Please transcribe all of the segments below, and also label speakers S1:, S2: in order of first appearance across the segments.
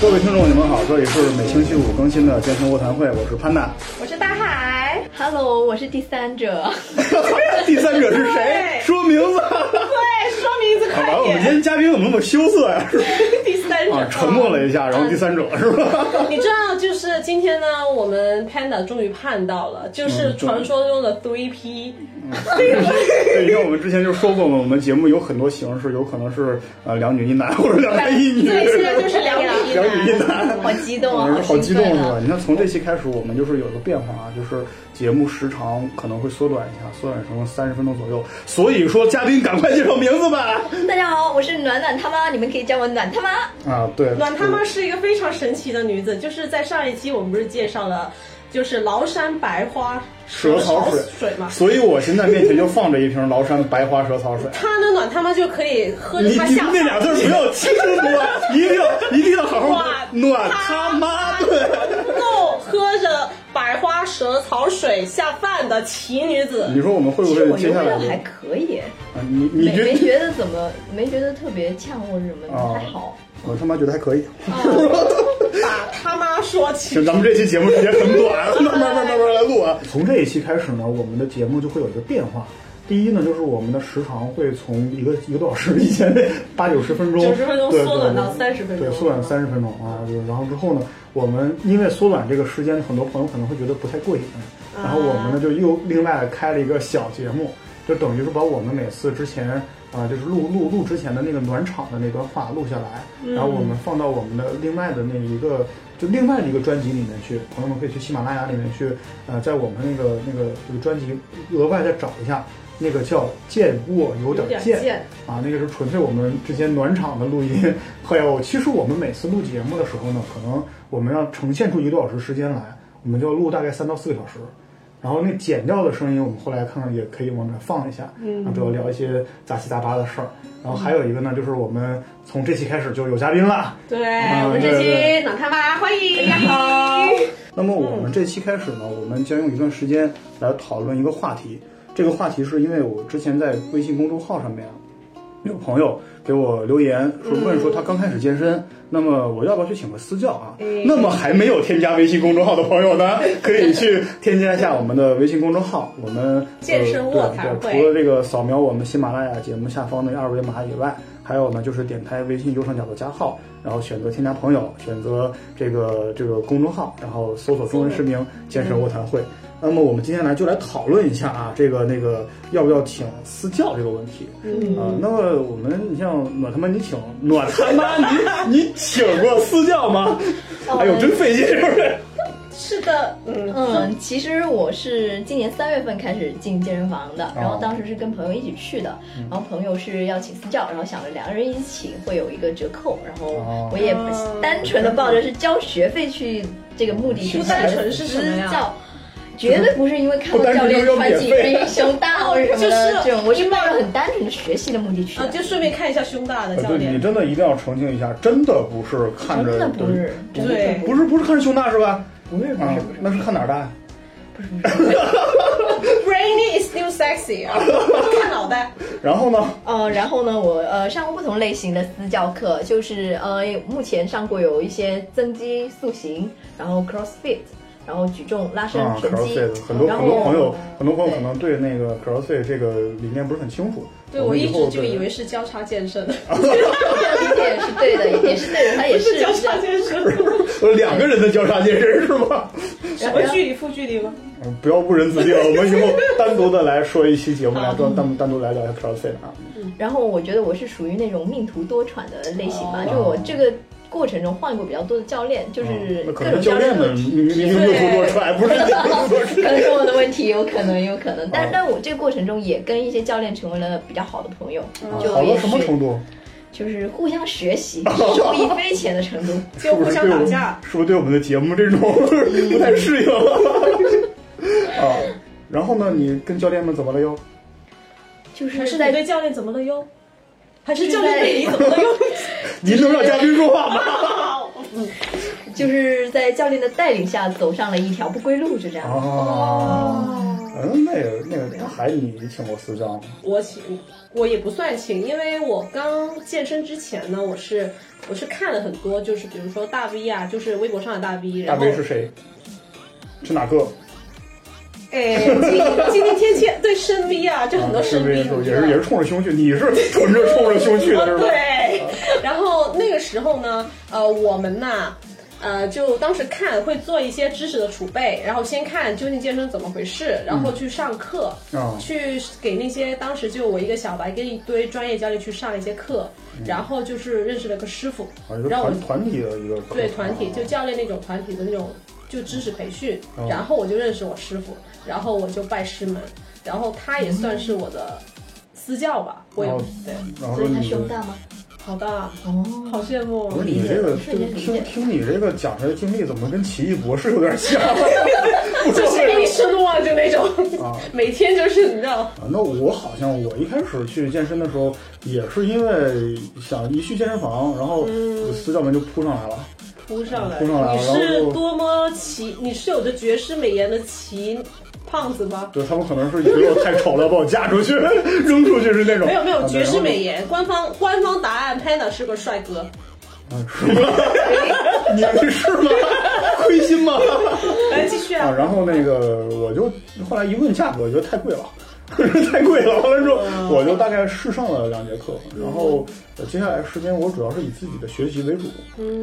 S1: 各位听众，你们好，这里是每星期五更新的健身卧谈会，我是潘娜。
S2: 我是大海。Hello，我是第三者。
S1: 第三者是谁？
S2: 对
S1: 说名字。
S2: 对，说名字
S1: 啊，完
S2: 快
S1: 了，我们今
S2: 点。
S1: 天嘉宾怎么那么羞涩呀？是吧
S2: 第三者。
S1: 啊，沉默了一下，然后第三者是吧？
S3: 你知道，就是今天呢，我们 Panda 终于盼到了，就是
S1: 嗯终于
S3: 传说中的 Three P，
S1: 对，因为我们之前就说过嘛，我们节目有很多形式，有可能是呃两女一男或者两男一女。
S3: 对，现在就是两米一
S1: 两女一
S3: 男。
S1: 男，
S2: 好激动啊
S1: 嗯好
S2: 好
S1: 激
S2: 兴
S1: 动
S2: 奋啊
S1: 是吧？你看从这期开始，我们就是有一个变化啊，就是节目时长可能会缩短一下，缩短成三十分钟左右。所以说，嘉宾赶快介绍名字吧。
S2: 大家好，我是暖暖他妈，你们可以叫我暖他妈。
S1: 啊，对，
S3: 暖他妈是一个非常神奇的女子，就是在上一期我们不是介绍了，就是崂山白花
S1: 蛇草
S3: 水
S1: 水
S3: 嘛。
S1: 所以我现在面前就放着一瓶崂山白花蛇草水。
S3: 她呢，暖他妈就可以喝着
S1: 你
S3: 它
S1: 你
S3: 下饭。
S1: 那俩字儿不要轻轻说， 一定要一定要好好
S3: 哇
S1: 暖他妈对。
S3: 能够喝着百花蛇草水下饭的奇女子，
S1: 你说我们会不
S2: 其实
S1: 会
S2: 我
S1: 接
S2: 觉
S1: 下来
S2: 得
S1: 就
S2: 还可以，
S1: 啊？你你
S2: 没
S1: 觉
S2: 没
S1: 得
S2: 觉得怎么，没觉得特别呛或者什么
S1: 啊
S2: 的，还好。
S1: 我他妈觉得还可以。
S3: 哦 把他妈说起
S1: 就。咱们这期节目时间很短， 慢慢慢慢慢来录啊。从这一期开始呢，我们的节目就会有一个变化。第一呢，就是我们的时长会从一个一个多小时以前的八九十分钟，
S3: 90分钟
S1: 对对
S3: 缩短
S1: 对
S3: 到30分钟
S1: 对，缩短三十分钟啊。就是然后之后呢，我们因为缩短这个时间，很多朋友可能会觉得不太过瘾，然后我们呢就又另外开了一个小节目，就等于是把我们每次之前啊、就是录录录之前的那个暖场的那段话录下来，然后我们放到我们的另外的那一个就另外的一个专辑里面去，朋友们可以去喜马拉雅里面去，呃，在我们那个那个这个专辑额外再找一下。那个叫“见过有点
S3: 有点
S1: 见
S3: 贱”
S1: 啊，那个是纯粹我们之前暖场的录音。还有，其实我们每次录节目的时候呢，可能我们要呈现出一个多小时时间来，我们就要录大概三到四个小时。然后那剪掉的声音，我们后来看看也可以往这放一下，嗯，主要聊一些杂七杂八的事儿。然后还有一个呢，就是我们从这期开始就有嘉宾了。
S3: 对，
S1: 嗯
S3: 我们这期暖他妈欢迎，大家好。
S1: 那么我们这期开始呢，我们将用一段时间来讨论一个话题。这个话题是因为我之前在微信公众号上面啊有朋友给我留言说问说他刚开始健身，那么我要不要去请个私教啊？
S3: 哎
S1: 那么还没有添加微信公众号的朋友呢，可以去添加一下我们的微信公众号。我们
S3: 健身卧
S1: 呃对
S3: 谈
S1: 对
S3: 会
S1: 除了这个扫描我们喜马拉雅节目下方的二维码以外，还有呢就是点开微信右上角的加号，然后选择添加朋友，选择这个这个公众号，然后搜索中文实名健身卧谈会。那么我们今天来就来讨论一下啊，这个那个要不要请私教这个问题。
S3: 嗯
S1: 啊，那么我们你像暖他妈，你请暖他妈，你你请过私教吗？哎呦，真费劲，是不是？
S3: 是的，嗯
S2: 嗯，其实我是今年三月份开始进健身房的，
S3: 哦
S2: 然后当时是跟朋友一起去的，
S3: 嗯
S2: 然后朋友是要请私教，然后想着两个人一起会有一个折扣，然
S1: 哦
S2: 后我也不是单纯的抱着是交学费去这个目的去
S1: 不
S3: 单纯是
S2: 私
S3: 什么呀
S2: 教。绝对不是因为看到教练穿紧身衣、胸大 或者什么的
S3: 就是
S2: 这种，我是抱着很单纯的学习的目的去
S3: 啊，
S2: 的。
S3: 就顺便看一下胸大的教
S1: 对你
S3: 练。
S1: 真的一定要澄清一下，真的不是看着
S2: 真的不是，
S1: 对
S2: 真的
S3: 对
S1: 不是不是看着胸大是吧？
S2: 不是，不
S1: 啊
S2: 是，不，是，
S1: 那是看哪儿大？
S2: 不是，不是，不是。
S3: Brainy is still sexy 啊， 看脑袋。
S1: 然后呢？
S2: 呃，然后呢，我呃上过不同类型的私教课，就是呃目前上过有一些增肌塑形，然后 CrossFit，然后举重、拉伸、
S1: 啊
S2: 拳击
S1: ，CrossFit，，很多
S2: 然
S1: 很
S2: 后
S1: 多朋友，很多朋友
S2: 对
S1: 可能对那个 CrossFit 这个理念不是很清楚。
S3: 对，
S1: 们
S3: 我一
S1: 以后啊
S3: 直就
S1: 对
S3: 以为是交叉健身，
S2: 这个理解也是对的，也是对的，他也是。
S3: 交叉健 身，
S1: 呃两个人的交叉健身是啊吗？
S3: 什么距离负距离吗？
S1: 嗯，不要误人 子弟了，我们以后单独的来说一期节目，来单
S3: 嗯
S1: 单单独来聊一下 CrossFit 啊。
S2: 然后我觉得我是属于那种命途多舛的类型吧，
S1: 哦
S2: 就我这个过程中换过比较多的教练，就是
S1: 嗯啊那可
S2: 各
S1: 能
S2: 种
S1: 教练
S2: 练
S1: 们
S2: 都
S1: 命命途多 舛，不是教练多
S2: 可
S1: 舛。
S2: 能是我的问题，有可能，有可能，
S1: 哦
S2: 但但我这个过程中也跟一些教练成为了比较好的朋友，就
S1: 啊好到
S2: 也
S1: 什么
S2: 学
S1: 程度？
S2: 就是互相 学习，受益匪浅的程度。
S1: 是
S3: 就
S1: 不
S3: 互
S1: 是
S3: 相
S1: 对我
S3: 打
S1: 们
S3: 架。？
S1: 是不是对我们的节目这 种不太适应？ 啊，然后呢，你跟教练们怎么了又？
S2: 就
S3: 还是
S2: 是
S3: 你
S2: 在
S3: 对教练怎么了哟？还是教练对你怎么了哟？
S1: 您能让嘉宾说话吗？
S2: 就是在教练的带领下走上了一条不归路，就这样。
S1: 哦，嗯，那个那个还你请过私教吗？
S3: 我请，我也不算请，因为我刚健身之前呢，我是我是看了很多，就是比如说大 V 啊，就是微博上的大 V，
S1: 大
S3: 然后
S1: V 是谁？是哪个？
S3: 哎，今今天天气对生 V 啊，就很多生 V，、
S1: 也
S3: 你
S1: 是
S3: 知
S1: 也
S3: 道
S1: 是也是冲着胸去，你是纯着冲着胸去的是吧？
S3: 哦对， 然后那个时候呢，呃，我们呐。呃，就当时看会做一些知识的储备，然后先看究竟健身怎么回事，然后去上课，
S1: 啊
S3: 去给那些当时就我一个小白跟一堆专业教练去上一些课，然后就是认识了个师傅，
S1: 啊，嗯一个
S3: 让我
S1: 团团体的一个课啊
S3: 对
S1: 程
S3: 团体就教练那种团体的那种就知识培训，
S1: 哦
S3: 然后我就认识我师傅，然后我就拜师门，然后他也算是我的私教吧，我也
S1: 哦
S3: 对，
S1: 然后
S2: 所
S1: 说
S2: 以他
S1: 你
S2: 胸大吗？
S3: 好大，
S2: 哦，
S3: 好羡慕。啊
S1: 不是你这个
S2: 瞬间理解
S1: 听听你这个讲来的经历，怎么跟奇异博士有点像？啊 不知
S3: 就
S1: 道
S3: 是
S1: 为什么
S3: 一身旺就那种，
S1: 啊
S3: 每天就是你知道，
S1: 啊，那我好像我一开始去健身的时候，也是因为想一去健身房，然后私教们就扑上来了。
S3: 扑上来。
S1: 扑上来
S3: 你
S1: 然
S3: 是
S1: 后
S3: 多么奇，你是有着绝世美颜的奇胖子吗？
S1: 就他们可能是觉得我太丑了，把我嫁出去、 扔出去是那种。
S3: 没有没有，
S1: 啊
S3: 绝世美。
S1: 然后
S3: 颜。官方官方答案，Panda 是个帅哥。
S1: 啊，是吗？你是吗？亏心吗？
S3: 来继续
S1: 啊，
S3: 啊，
S1: 然后那个我就后来一问价格，我觉得太贵了。 太贵了，完了之后我就大概试上了两节课，然后呃接下来时间我主要是以自己的学习为主，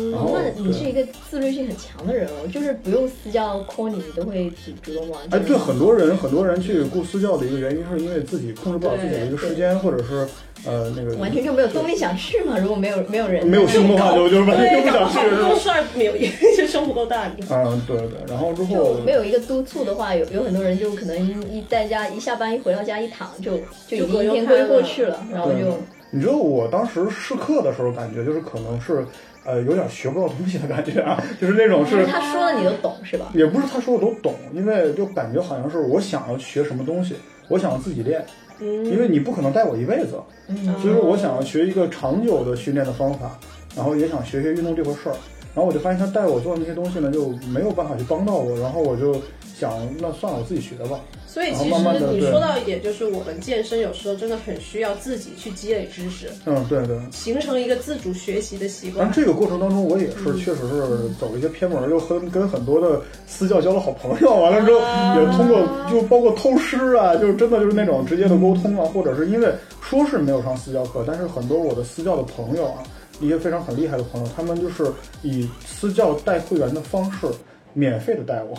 S1: 然后
S2: 嗯那你
S1: 哦对
S2: 是一个自律性很强的人哦，就是不用私教 call 你，你都会主主动往。
S1: 哎，对，很多人很多人去雇私教的一个原因，是因为自己控制不了自己的一个时间，或者是呃那个
S2: 完全就没有动力想去嘛。如果没有没有人，
S1: 没有胸的话，就就是完全就
S3: 对，
S1: 不
S3: 搞
S1: 想
S3: 不
S1: 去，是
S3: 好
S1: 吧
S3: 够帅，没有，就胸不够大。你
S1: 嗯，对对，然后之后
S2: 就没有一个督促的话，有有很多人就可能一在家一下班一回到家一躺就就已经一天归过去了，然后就
S1: 对，你知道我当时试课的时候，感觉就是可能是呃有点学不到东西的感觉啊，就是那种
S2: 就是
S1: 是。
S2: 哦他说了你都懂是吧？
S1: 也不是他说我都懂，因为就感觉好像是我想要学什么东西，我想要自己练，
S3: 嗯
S1: 因为你不可能带我一辈子，
S2: 嗯
S1: 所以说我想要学一个长久的训练的方法，然后也想学学运动这回事儿。然后我就发现他带我做的那些东西呢，就没有办法去帮到我。然后我就想，那算了，我自己学吧。
S3: 所以其
S1: 然后慢慢
S3: 实
S1: 地
S3: 你
S1: 对
S3: 说到一点，就是我们健身有时候真的很需要自己去积累知识，
S1: 嗯，对对。
S3: 形成一个自主学习的习
S1: 然
S3: 惯嗯
S1: 后。这个过程当中，我也是确实是走了一些偏门儿，又和跟很多的私教交了好朋友。完了之后，
S3: 啊
S1: 也通过就包括偷师啊，就是真的就是那种直接的沟通啊，或者是因为说是没有上私教课，但是很多我的私教的朋友啊，一些非常很厉害的朋友，他们就是以私教带会员的方式，免费的带我。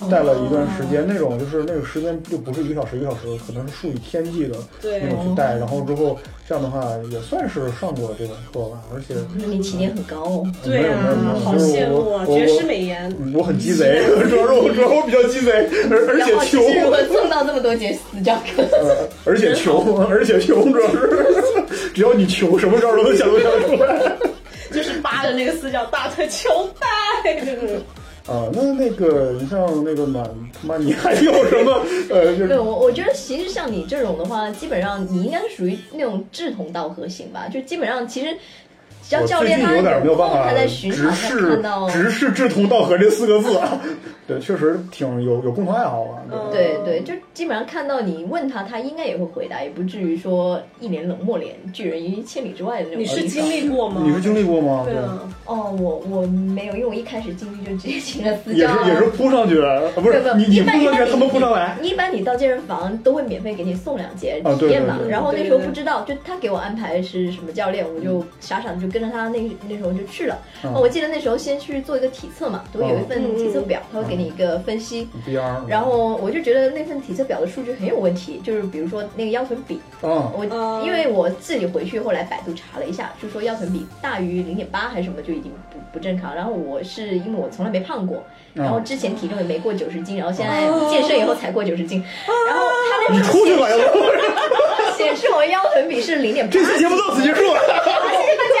S3: 哦
S1: 带了一段时间，那种就是那个时间就不是一个小时一个小时，可能是数以天计的
S3: 对哦
S1: 那种去带，然后之后这样的话也算是上过这种课吧，而且
S3: 嗯
S2: 那你起点很高哦。
S3: 对
S1: 没有没有
S3: 啊
S1: 没有，
S3: 好羡慕啊，
S1: 就是我
S3: 绝
S1: 我
S3: 世美颜。
S1: 嗯我很鸡贼， 主要是我主要我比较鸡贼，而 而且
S2: 然后
S1: 穷
S2: 就是，如何蹭到这么多节私教 课？
S1: 呃，而 且穷，而且穷，主要是只要你穷，什么招都能想都想得出来。
S3: 就是扒着那个私教大腿求带，就是
S1: 啊，那那个你像那个满他妈，你还有什么呃，就是
S2: 没有，我我觉得其实像你这种的话，基本上你应该是属于那种志同道合型吧，就基本上其实。只要
S1: 我
S2: 教
S1: 最
S2: 练
S1: 近
S2: 他
S1: 有点没有办
S2: 空
S1: 法
S2: 他在巡
S1: 直
S2: 场他看
S1: 视
S2: 到，
S1: 直视志同道合这四个字啊， 对，确实挺有有共同爱好啊吧。
S3: 嗯
S2: 对对，就基本上看到你问他，他应该也会回答，也不至于说一脸冷漠脸拒人于千里之外的那种。
S3: 你是经历过吗？
S1: 你是经历过吗？
S3: 对啊，
S2: 哦，我我没有，因为我一开始进去就直接请了私
S1: 也
S2: 教
S1: 是
S2: 啊。
S1: 也是扑上去，啊不是
S2: 对不
S1: 你你
S2: 一
S1: 扑
S2: 般
S1: 上去，他们
S2: 一般你
S1: 扑上来。
S2: 一般你到健身房都会免费给你送两节
S1: 啊对
S2: 体验嘛
S1: 对，对
S2: 然后
S3: 对
S2: 那
S3: 对
S2: 时候
S3: 对
S2: 不知道，就他给我安排是什么教练，我就傻傻的就跟着他那那时候就去了。
S1: 嗯
S2: 哦我记得那时候先去做一个体测嘛，都会
S1: 啊
S2: 有一份
S3: 嗯
S2: 体测表，他会给你一个分析。
S1: B R，
S2: 然后我就觉得那份体测表的数据很有问题，就是比如说那个腰臀比，
S1: 啊，
S2: 我、
S3: 嗯
S2: 因为我自己回去后来百度查了一下，就说腰臀比大于零点八还是什么就已经不不正常。然后我是因为我从来没胖过，然后之前体重也没过九十斤，然后现在健身以后才过九十斤。然后他那
S1: 你
S2: 时
S1: 出
S2: 候
S1: 去吧，要 不然
S2: 显示我腰臀比是零点八。
S1: 这期节目到此结束了。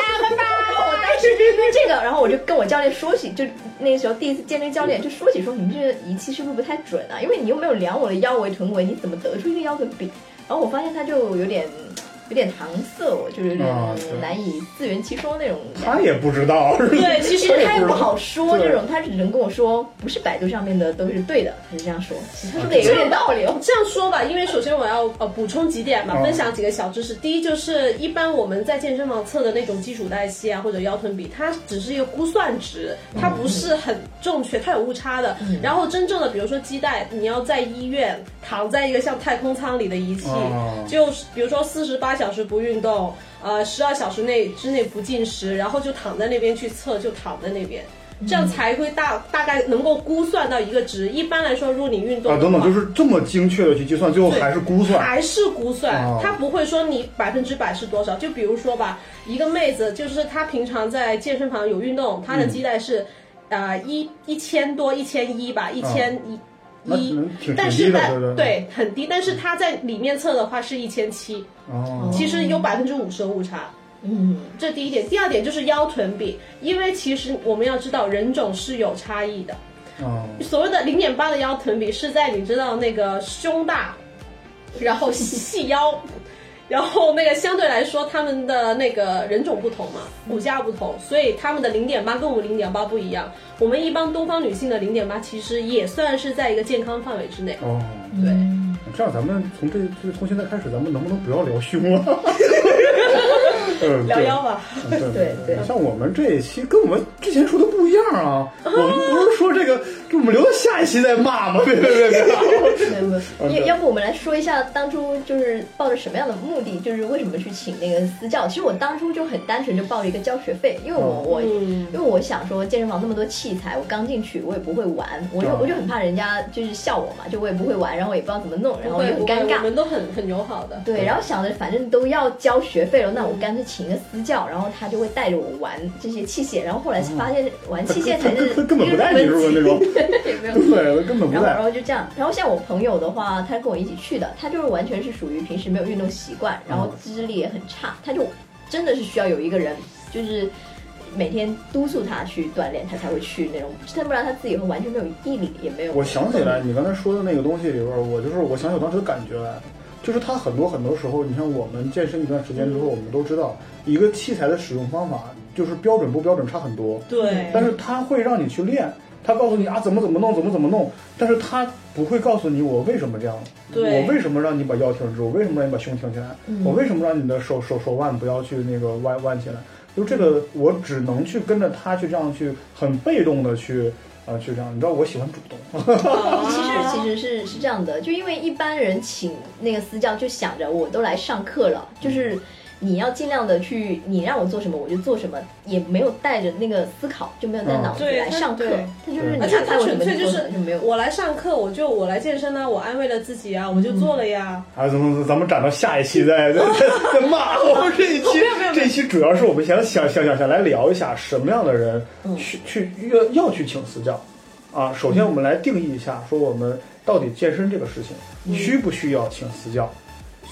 S2: 我当时就因为这个，然后我就跟我教练说起，就那时候第一次见那个教练，就说起说你这个仪器是不是不太准啊？因为你又没有量我的腰围、臀围，你怎么得出一个腰臀比？然后我发现他就有点嗯有点搪塞我，就是有点
S1: 啊对
S2: 难以自圆其说那种感觉。
S1: 他也不知道，是吧
S3: 对其
S2: 其
S3: 实
S2: 实
S1: 他
S2: 他
S1: 也
S2: 也
S1: 不知
S2: 不
S1: 道
S2: 好说
S1: 对
S2: 这种，他只能跟我说，不是百度上面的都是对的，他是这样说。其实他
S1: 啊
S2: 说的也有点道理哦。
S3: 这样说吧，因为首先我要呃补充几点嘛，
S1: 嗯
S3: 分享几个小知识。第一就是，一般我们在健身房测的那种基础代谢啊，或者腰臀比，它只是一个估算值，它不是很正确，它有误差的。
S1: 嗯
S3: 然后真正的，比如说基带，你要在医院躺在一个像太空舱里的仪器，
S1: 哦
S3: 就是比如说四十八小时不运动，呃，十二小时内之内不进食，然后就躺在那边去测，就躺在那边。
S1: 嗯
S3: 这样才会大大概能够估算到一个值。一般来说，如果你运动
S1: 啊
S3: 的
S1: 等等，
S3: 话
S1: 就是这么精确的去计算，最后还是估算。
S3: 还是估算
S1: 哦，
S3: 他不会说你百分之百是多少。就比如说吧，一个妹子就是她平常在健身房有运动，她的
S1: 嗯
S3: 基带是，呃一一千多一千一吧，一千一。
S1: 哦那
S3: 一
S1: 挺挺，
S3: 但
S1: 低
S3: 是
S1: 的
S3: 在
S1: 对对
S3: 对很低，但是她在里面测的话是一千七，
S1: 哦，
S3: 其实有百分之五十的误差。
S2: 嗯，
S3: 这第一点，第二点就是腰臀比，因为其实我们要知道人种是有差异的，
S1: 哦，
S3: 所谓的零点八的腰臀比是在你知道那个胸大，然后细腰， 然后那个相对来说他们的那个人种不同嘛，
S2: 嗯
S3: 骨架不同，所以他们的零点八跟我们零点八不一样。我们一般东方女性的零点八其实也算是在一个健康范围之内。
S1: 哦，
S3: 对，
S2: 嗯
S1: 这样咱们从这这从现在开始，咱们能不能不要聊 胸了？嗯，
S3: 聊
S1: 对
S3: 腰啊吧，
S1: 对
S2: 对对
S1: 像我们这一期跟我们之前说的不一样 啊，我们不是说这个，就我们留到下一期再骂 吗？别别别别！
S2: 要要不我们来说一下当初就是抱着什么样的目的，就是为什么去请那个私教？其实我当初就很单纯，就抱着一个交学费，因为我
S1: 嗯
S2: 我
S3: 嗯
S2: 因为我想说健身房那么多器材，我刚进去我也不会玩，我就
S1: 嗯
S2: 我就很怕人家就是笑我嘛，就我也不会玩，然后我也不知道怎么
S1: 哦
S2: 弄，然
S3: 不
S2: 后我
S3: 会
S2: 也很
S3: 不会
S2: 尴，
S3: 我
S1: 嗯
S2: 尬。
S3: 们都很很友好的。
S2: 对，然后想着反正都要交学费了，那我干脆请一个私教，然后他就会带着我玩这些器械，然后后来发现玩器械才是
S1: 他 根本不带你入那种，
S2: 也 没有
S1: 对，根本
S2: 然
S1: 不
S2: 后，然
S1: 带。
S2: 后就这样。然后像我朋友的话，他跟我一起去的，他就是完全是属于平时没有运动习惯，
S1: 嗯
S2: 然后资质力也很差，他就真的是需要有一个人，就是每天督促他去锻炼，他才会去那种，他不然他自己会完全没有毅力，也没有。
S1: 我想起来你刚才说的那个东西里边儿，我就是我想起我当时的感觉来，就是它很多很多时候，你像我们健身一段时间之后，我们都知道一个器材的使用方法就是标准不标准差很多，
S3: 对
S1: 但是它会让你去练，它告诉你啊怎么怎么弄，怎么怎么弄，但是它不会告诉你我为什么这样，
S3: 对嗯
S1: 我为什么让你把腰挺直，我为什么让你把胸挺起来，我为什么让你的手手手腕不要去那个弯弯起来，就这个我只能去跟着他去这样去很被动的去。啊，去这样，你知道我喜欢主动，
S2: 哎其实其实
S3: 哦
S2: 是是这样的，就因为一般人请那个私教就想着我都来上课了，就是
S1: 嗯
S2: 你要尽量的去，你让我做什么我就做什么，也没有带着那个思考，就没有带脑子
S3: 嗯对
S2: 来
S3: 他
S2: 上课
S3: 对，
S2: 他就是你
S3: 而且
S2: 安排我
S3: 他
S2: 什
S3: 纯
S2: 么
S3: 粹
S2: 就
S3: 就
S2: 做什
S3: 是
S2: 么，就没有。
S3: 我来上课，我就我来健身呢、我安慰了自己啊，我就
S2: 嗯
S3: 做了呀。
S1: 啊，怎么咱们展到下一期 再再再再骂我们这一
S3: 哦
S1: 期，这一期主要是我们想想想想想来聊一下什么样的人
S3: 嗯
S1: 去、去要要去请私教，啊，首先我们来定义一下，说我们到底健身这个事情、需不需要请私教，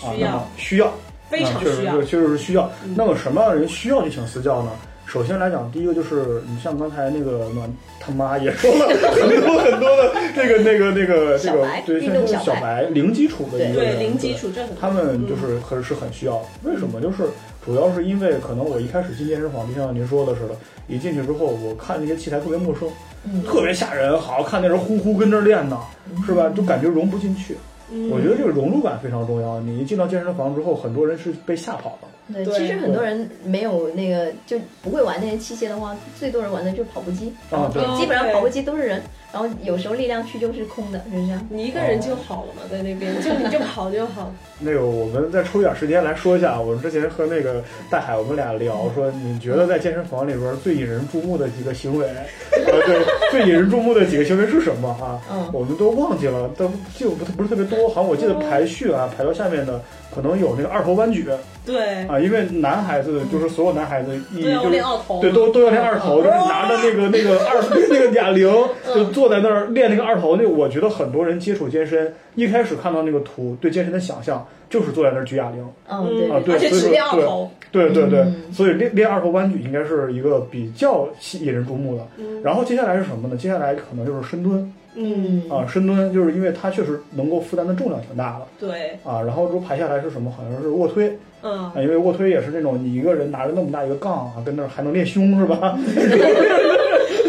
S1: 啊，
S3: 嗯需
S1: 那
S3: 要
S1: 么需要，
S3: 非常需要嗯
S1: 啊确实是确实是需要。那么什么样的人需要去请私教呢？首先来讲，第一个就是你像刚才那个暖他妈也说了 很多很多的这个那个那个这
S2: 小
S1: 个
S2: 白
S1: 对，
S2: 运
S1: 像
S2: 动
S1: 这种
S2: 小
S1: 小
S2: 白
S1: 白零基础的一个
S3: 对，
S1: 人
S3: 零基础这很
S1: 他们就是很是很需要的。为什么？就是主要是因为可能我一开始进健身房，就像您说的似的，一进去之后，我看那些器材特别陌生，
S2: 嗯
S1: 特别吓人，好看那人呼呼跟那儿练呢，是吧？就感觉融不进去。
S3: 嗯
S2: 嗯
S1: 我觉得这个融入感非常重要。你一进到健身房之后，很多人是被吓跑的。
S2: 对，
S3: 对
S2: 其实很多人没有那个就不会玩那些器械的话，最多人玩的就是跑步机，然后
S1: 对
S2: 基本上
S3: 对
S2: 跑步机都是人，然后有时候力量区就是空的，就是这样。
S3: 你一个人就好了嘛，在那边就你就跑就好。
S1: 那个，我们再抽一点时间来说一下，我们之前和那个大海，我们俩聊说，你觉得在健身房里边最引人注目的几个行为，呃，对，最引人注目的几个行为是什么啊？
S2: 嗯
S1: 我们都忘记了，但就不不是特别多，好像我记得排序啊，排到下面的可能有那个二头弯举
S3: 对，
S1: 啊，因为男孩子就是所有男孩子一
S3: 对，
S1: 就
S3: 我
S1: 是
S3: 哎练。二头，哦
S1: 对，都都要练二头，就是拿着那个那个二那个哑铃，
S3: 嗯
S1: 就坐在那儿练那个二头。那我觉得很多人接触健身，一开始看到那个图，对健身的想象就是坐在那儿举哑铃。
S2: 嗯，
S3: 哦
S2: 对
S1: 啊
S2: 对
S1: 对
S3: 而且只练二头，
S1: 对对对，
S2: 嗯
S1: 所以练练二头弯举应该是一个比较吸引人注目的。然后接下来是什么呢？接下来可能就是深蹲
S3: 嗯，
S1: 啊，深蹲就是因为它确实能够负担的重量挺大的
S3: 对，
S1: 啊。然后如果排下来是什么？好像是卧推
S3: 嗯
S1: 啊，，因为卧推也是那种你一个人拿着那么大一个杠啊，跟那儿还能练胸是吧？
S3: 嗯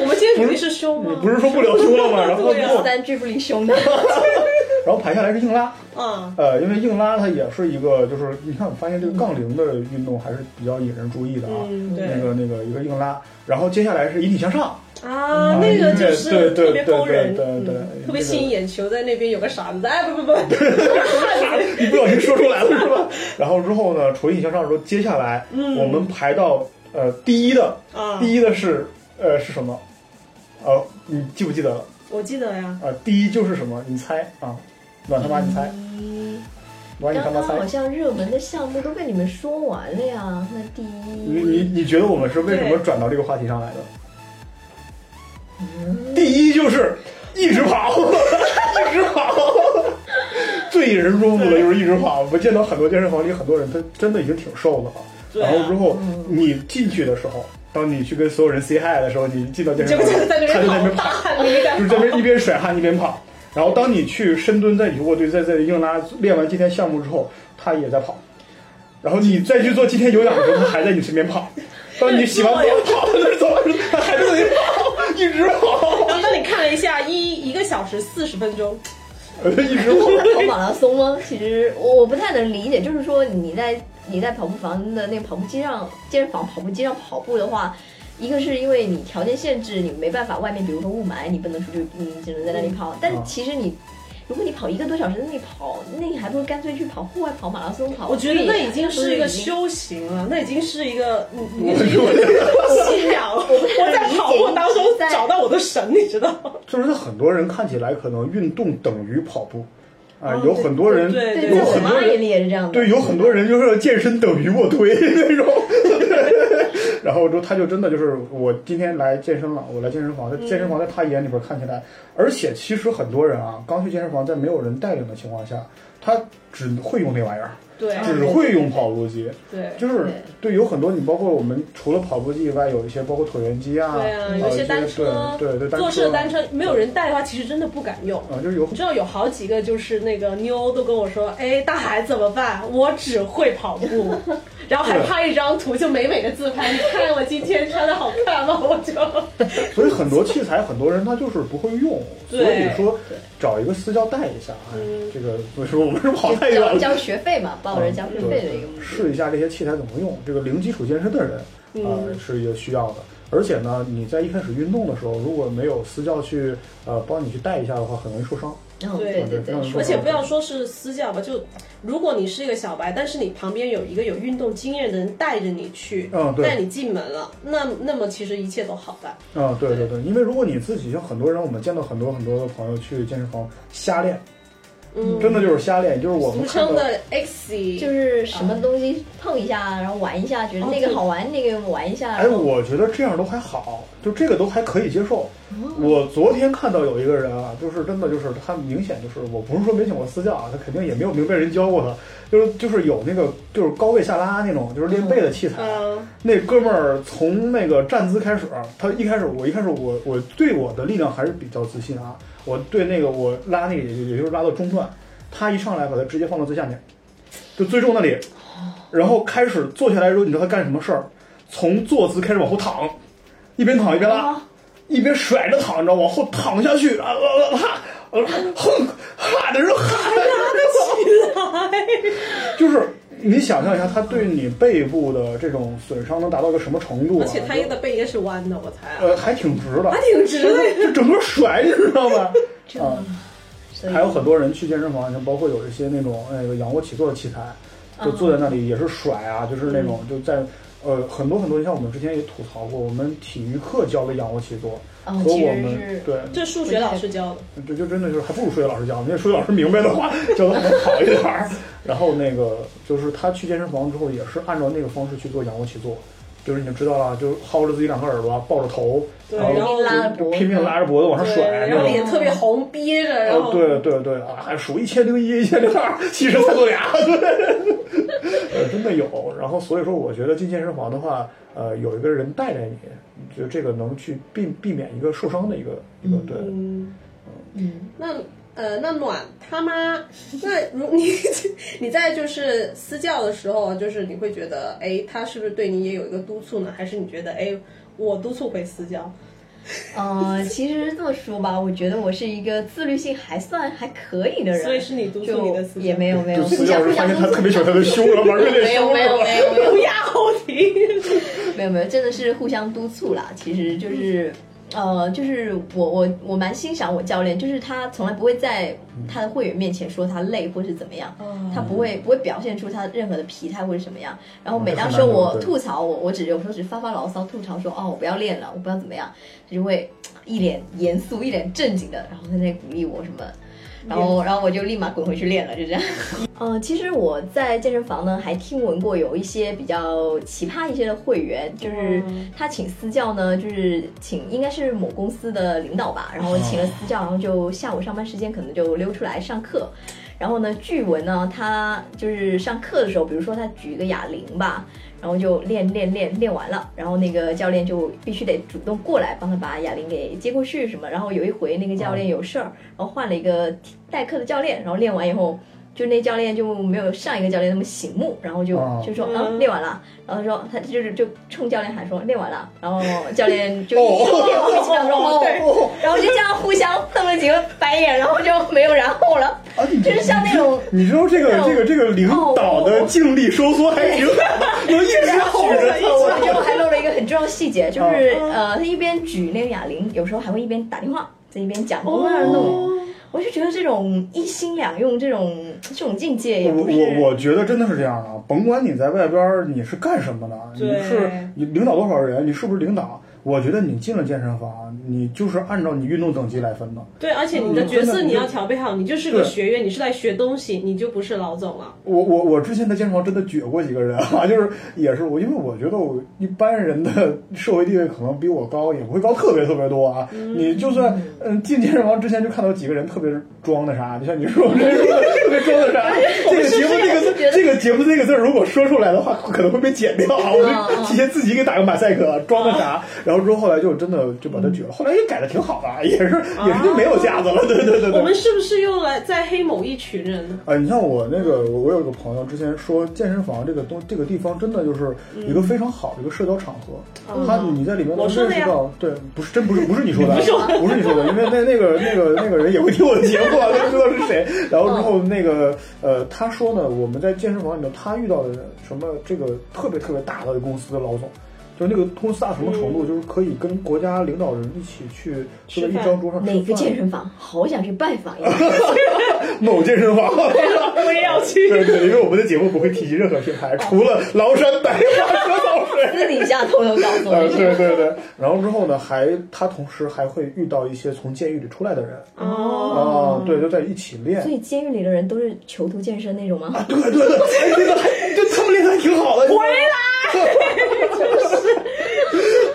S3: 我们今天主题是胸
S1: 你
S3: 吗？
S1: 不是说不聊胸了吗？然后
S3: 对啊
S1: 然后
S2: 三巨不离胸的，
S1: 然后排下来是硬拉，
S3: 嗯，
S1: 呃，因为硬拉它也是一个就是你看我发现这个杠铃的运动还是比较引人注意的啊。
S3: 嗯，
S1: 那
S3: 对
S1: 个那个一个硬拉，然后接下来是引体向上，
S3: 啊，
S1: 啊
S3: 那个
S1: 音
S3: 就
S1: 乐
S3: 是
S1: 对
S3: 特别
S1: 对
S3: 勾
S1: 对
S3: 人，
S1: 对对
S3: 嗯
S1: 对
S3: 特
S1: 这
S3: 别
S1: 个
S3: 吸引眼球，在那边有个傻子，哎，不不不，
S1: 你不小心说出来了是吧？ 然后之后呢，除了引体向上之后，接下来
S3: 嗯
S1: 我们排到呃第一的，
S3: 啊，
S1: 第一的是呃是什么？呃，你记不记得了？
S3: 我记得呀，
S1: 啊、第一就是什么？你猜啊？暖他妈你猜，
S2: 咦
S1: 暖你他
S2: 刚
S1: 妈
S2: 刚
S1: 猜
S2: 好。像热门的项目都被你们说完了呀。那第
S1: 你你
S2: 一，
S1: 你觉得我们是为什么
S3: 对
S1: 转到这个话题上来的？
S3: 嗯
S1: 第一就是一直 跑，一直跑。最引人注目的就是一直跑。我见到很多健身房里很多人，他真的已经挺瘦的了。
S3: 对啊
S1: 然后之后你进去的时候，当你去跟所有人 say hi 的时候，你进到健
S3: 结
S1: 身
S3: 果
S1: 房，
S3: 就是在那
S1: 他就在那
S3: 边
S1: 边
S3: 跑，大
S1: 跑，
S3: 汗淋
S1: 就是
S3: 漓。
S1: 这边一边甩汗一边跑。然后当你去深蹲、在你卧推、在在硬拉练完今天项目之后，他也在跑。然后你再去做今天有氧的时候，他还在你身边跑。当你洗完澡跑到那儿走的时候，他还在那里跑，一直跑，
S3: 然后那你看了一下，一一个小时四十分钟，
S1: 一直跑。
S2: 跑马拉松吗？其实我不太能理解，就是说你在你在跑步房的那个跑步机上，健身房跑步机上跑步的话。一个是因为你条件限制，你没办法，外面比如说雾霾，你不能出去，你只能在那里跑。但
S1: 嗯
S2: 其实你，如果你跑一个多小时，那你跑，那你还不如干脆去跑户外跑马拉松跑。
S3: 我觉得那已经是一个
S2: 对
S3: 修行了，那已经是一个你你是一个信仰。我在跑步当中找到我的神，你知道吗？
S1: 就是在很多人看起来，可能运动等于跑步，啊、
S3: 哦
S1: 有很多人
S3: 对
S2: 对，
S1: 有
S2: 在我
S1: 很多
S2: 妈
S1: 人
S2: 眼里也是这样的。
S1: 对，有很多人就是健身等于卧 推那种， 然后就他就真的就是我今天来健身了，我来健身房，在健身
S3: 嗯
S1: 房在他眼里边看起来，而且其实很多人啊，刚去健身房，在没有人带领的情况下，他只会用那玩意儿，
S3: 对
S1: 只会用跑步机，
S3: 对
S1: 就是对，有很多你包括我们除了跑步机以外，有一些包括椭圆机啊，
S3: 对啊，有
S1: 呃
S3: 些单车，
S1: 对对对，
S3: 坐式的单
S1: 车
S3: 车没有人带的话，其实真的不敢用。
S1: 啊，就是有
S3: 你知道有好几个就是那个妞都跟我说，哎，大海怎么办？我只会跑 步，然后还拍一张图，就美美的自拍。你看我今天穿的好看吗？我就
S1: 所以很多器材，很多人他就是不会用，所
S3: 对
S1: 以说找一个私教带一下。哎，这个所以说我们是跑太远
S2: 交
S1: 了。啊
S2: 交学费嘛，抱着交学费的一个目的。
S1: 试一下这些器材怎么用，这个零基础健身的人啊、呃是一个需要的。而且呢，你在一开始运动的时候，如果没有私教去呃帮你去带一下的话，很容易受伤。
S2: 嗯，
S3: 对
S2: 对对对，
S3: 而且
S2: 说
S3: 不要说是私教吧，就如果你是一个小白，但是你旁边有一个有运动经验的人带着你去，
S1: 嗯对
S3: 带你进门了，那那么其实一切都好办。
S1: 啊、对对对，因为如果你自己像很多人，我们见到很多很多的朋友去健身房瞎练，
S3: 嗯，
S1: 真的就是瞎练，就是我
S3: 俗
S1: 们看到
S3: 称的 X，
S2: 就是什么东西碰一
S3: 嗯
S2: 下，然后玩一下，
S3: 哦
S2: 觉得那个好玩，那个玩一下。
S1: 哎，我觉得这样都还好，就这个都还可以接受。我昨天看到有一个人啊，就是真的就是他明显就是，我不是说没请过私教啊，他肯定也没有明白人教过他，就是就是有那个就是高位下拉那种，就是练背的器材。
S3: 嗯，
S1: 那哥们儿从那个站姿开始，他一开始我一开始我我对我的力量还是比较自信啊，我对那个我拉那个也也就是拉到中段，他一上来把他直接放到最下面，就最重那里，然后开始坐下来之后，你知道他干什么事儿？从坐姿开始往后躺，一边躺一边拉，一边甩着躺着往后躺下去啊啊啊！啊啊哼，喊的时候喊就是你想象一下，他对你背部的这种损伤能达到个什么程度、啊？
S3: 而且他的背应该是弯的，我猜啊，
S1: 呃还挺直的
S3: 还，挺直的。
S1: 就整个甩，你知道吧？啊，
S2: 所以哦
S1: 还有很多人去健身房，像包括有一些那种那个仰卧起坐的器材，就坐在那里也是甩啊，就是那种就在呃很多很多，像我们之前也吐槽过，我们体育课教的仰卧起坐
S2: 哦
S1: 和我
S2: 其实
S1: 们
S2: 是
S1: 对
S3: 这数学老师教的，
S1: 这就真的就是还不如数学老师教，那数学老师明白的话教的可能好一点儿。然后那个就是他去健身房之后也是按照那个方式去做仰卧起坐，就是你就知道了，就薅着自己两个耳朵，抱着头，
S3: 对
S1: 然
S3: 然
S1: 后
S3: 后
S2: 拉着
S1: 就
S2: 脖子
S1: 拼命拉着脖子往上
S3: 对，
S1: 甩啊那
S3: 然后
S1: 种。
S3: 脸特别红，憋着，然
S1: 哦，
S3: 后
S1: 对对对啊，还数一千零一、一千零 二，其实才做
S2: 哦
S1: 俩，对， 呃，真的有。然后所以说，我觉得进健身房的话，呃，有一个人带着你，就这个能去避避免一个受伤的一个一个对。
S3: 嗯，
S2: 嗯，
S3: 那呃，那暖他妈，那如你 你在就是私教的时候，就是你会觉得，哎，他是不是对你也有一个督促呢？还是你觉得，哎，我督促回私教？
S2: 呃，其实这么说吧，我觉得我是一个自律性还算还可以的人，
S3: 所以是你督促你的私
S2: 就
S3: 教？
S2: 也没有没有，
S1: 就
S2: 互
S1: 私
S2: 相
S1: 教
S2: 互
S1: 是发现
S2: 相督
S1: 他
S2: 促
S1: 特别喜欢他的胸，然后玩热
S2: 没
S1: 练
S2: 有
S1: 胸
S2: 没有
S1: 了。
S2: 没有没有
S3: 不要停。
S2: 没有没有，真的是互相督促啦。其实就是，呃，就是我我我蛮欣赏我教练，就是他从来不会在他的会员面前说他累或是怎么样，他不会不会表现出他任何的疲态或者什么样。然后每当说我吐槽我，我只有时候只发发牢骚吐槽说哦我不要练了，我不要怎么样，他就会一脸严肃一脸正经的，然后在那里鼓励我什么。然后，然后我就立马滚回去练了，就这样。 嗯，其实我在健身房呢，还听闻过有一些比较奇葩一些的会员，就是
S3: 嗯
S2: 他请私教呢，就是请应该是某公司的领导吧，然后请了私教，然后就下午上班时间可能就溜出来上课。然后呢，据闻呢，他就是上课的时候，比如说他举一个哑铃吧，然后就练练练练完了，然后那个教练就必须得主动过来帮他把哑铃给接过去什么。然后有一回那个教练有事儿，然后换了一个代课的教练，然后练完以后。就那教练就没有上一个教练那么醒目，然后就
S1: 哦
S2: 就说
S3: 嗯
S2: 嗯练完了，然后说他就是就冲教练喊说练完了，然后教练就一
S1: 哦
S2: 脸莫名其妙说哦
S3: 对
S2: 哦，然后就这样互相瞪了几个白眼，然后就没有然后了，
S1: 啊，你
S2: 就是像那种
S1: 你知道这个这个这个领导的静力收缩还挺好的，能一直举着
S3: 对
S2: 我觉得我还漏了一个很重要的细节，就是
S1: 哦
S3: 嗯
S2: 呃，他一边举那个哑铃，有时候还会一边打电话，在一边讲，
S1: 哦
S2: 不在那儿弄。我就觉得这种一心两用，这种这种境界也
S1: 我
S2: 不是
S1: 我我觉得真的是这样啊，甭管你在外边儿你是干什么的，
S3: 对
S1: 你是你领导多少人，你是不是领导？我觉得你进了健身房，你就是按照你运动等级来分的。
S3: 对，而且你的角色你要调配好，你就是个
S1: 对
S3: 学员，你是来学东西，你就不是老总了。
S1: 我我我之前在健身房真的撅过几个人啊， 就是也是我，因为我觉得我一般人的社会地位可能比我高，也不会高特别特别多啊。你就算嗯进健身房之前就看到几个人特别装那啥，就像你说我这说的特别装那啥，
S3: 哎
S1: 这个节目这个字这个节目这个字儿如果说出来的话，可能会被剪
S3: 嗯
S1: 掉啊。我就提前自己给打个马赛克，装那啥，然后之后后来就真的就把它撅了，后来也改的挺好的啊，也是也是就没有架子了，对对对
S3: 我
S1: 对。
S3: 们是不是又来在黑某一群人呢？
S1: 啊，你像我那个，我我有一个朋友之前说，健身房这个东这个地方真的就是一个非常好的一个社交场合。他你在里面能
S3: 我说
S1: 认
S3: 的
S1: 识
S3: 呀
S1: 到，对，不是真不是不是你说的啊，不是你说的，因为那那个那个那个人也会听我的节目啊， 他知道是谁。然后之后那个呃，他说呢，我们在健身房里面他遇到的人，什么这个特别特别大的公司的老总。就是那个公司大什么程度，就是可以跟国家领导人一起去坐在一
S3: 吃饭
S1: 张桌上吃
S2: 哪个
S1: 饭
S2: 健身房，好想去拜访 一下。
S1: 某健身房，
S3: 我也要去。
S1: 对对，因为我们的节目不会提及任何品牌，除了崂山白花蛇草 水。
S2: 私底下偷偷告诉
S1: 呃，
S2: 我，
S1: 对对对，然后之后呢，还他同时还会遇到一些从监狱里出来的人
S3: 哦
S1: 啊，对，就在一起练
S2: 所。以监狱里的人都是囚徒健身那种吗？
S1: 对对对，哎，这个还这他们练的还挺好的。回 来。